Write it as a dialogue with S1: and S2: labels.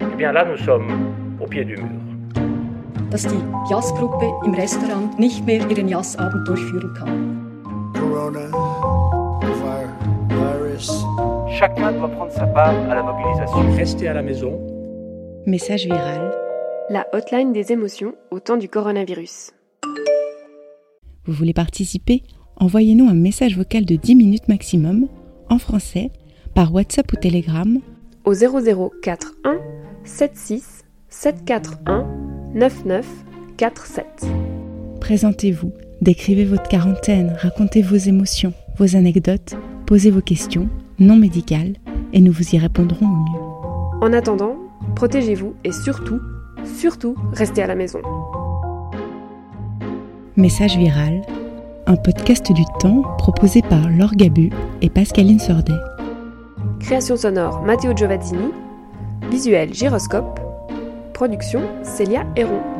S1: Eh bien là, nous sommes au pied du mur.
S2: dass die Jazzgruppe im Restaurant nicht mehr ihren Jazzabend durchführen kann.
S3: Corona, fire, virus.
S4: Chacun doit prendre sa part à la mobilisation.
S1: Restez à la maison,
S5: Message viral.
S6: La hotline des émotions au temps du coronavirus.
S5: Vous voulez participer Envoyez-nous un message vocal de 10 minutes maximum, en français, par WhatsApp ou Telegram
S6: Au 0041 76 741 9947.
S5: Présentez-vous, décrivez votre quarantaine, racontez vos émotions, vos anecdotes, posez vos questions, non médicales, et nous vous y répondrons au mieux.
S6: En attendant, protégez-vous et surtout, surtout, restez à la maison.
S5: Message viral, un podcast du temps proposé par Laure Gabu et Pascaline Sordet.
S6: Création sonore Matteo Giovattini. Visuel Gyroscope. Production Célia Héron.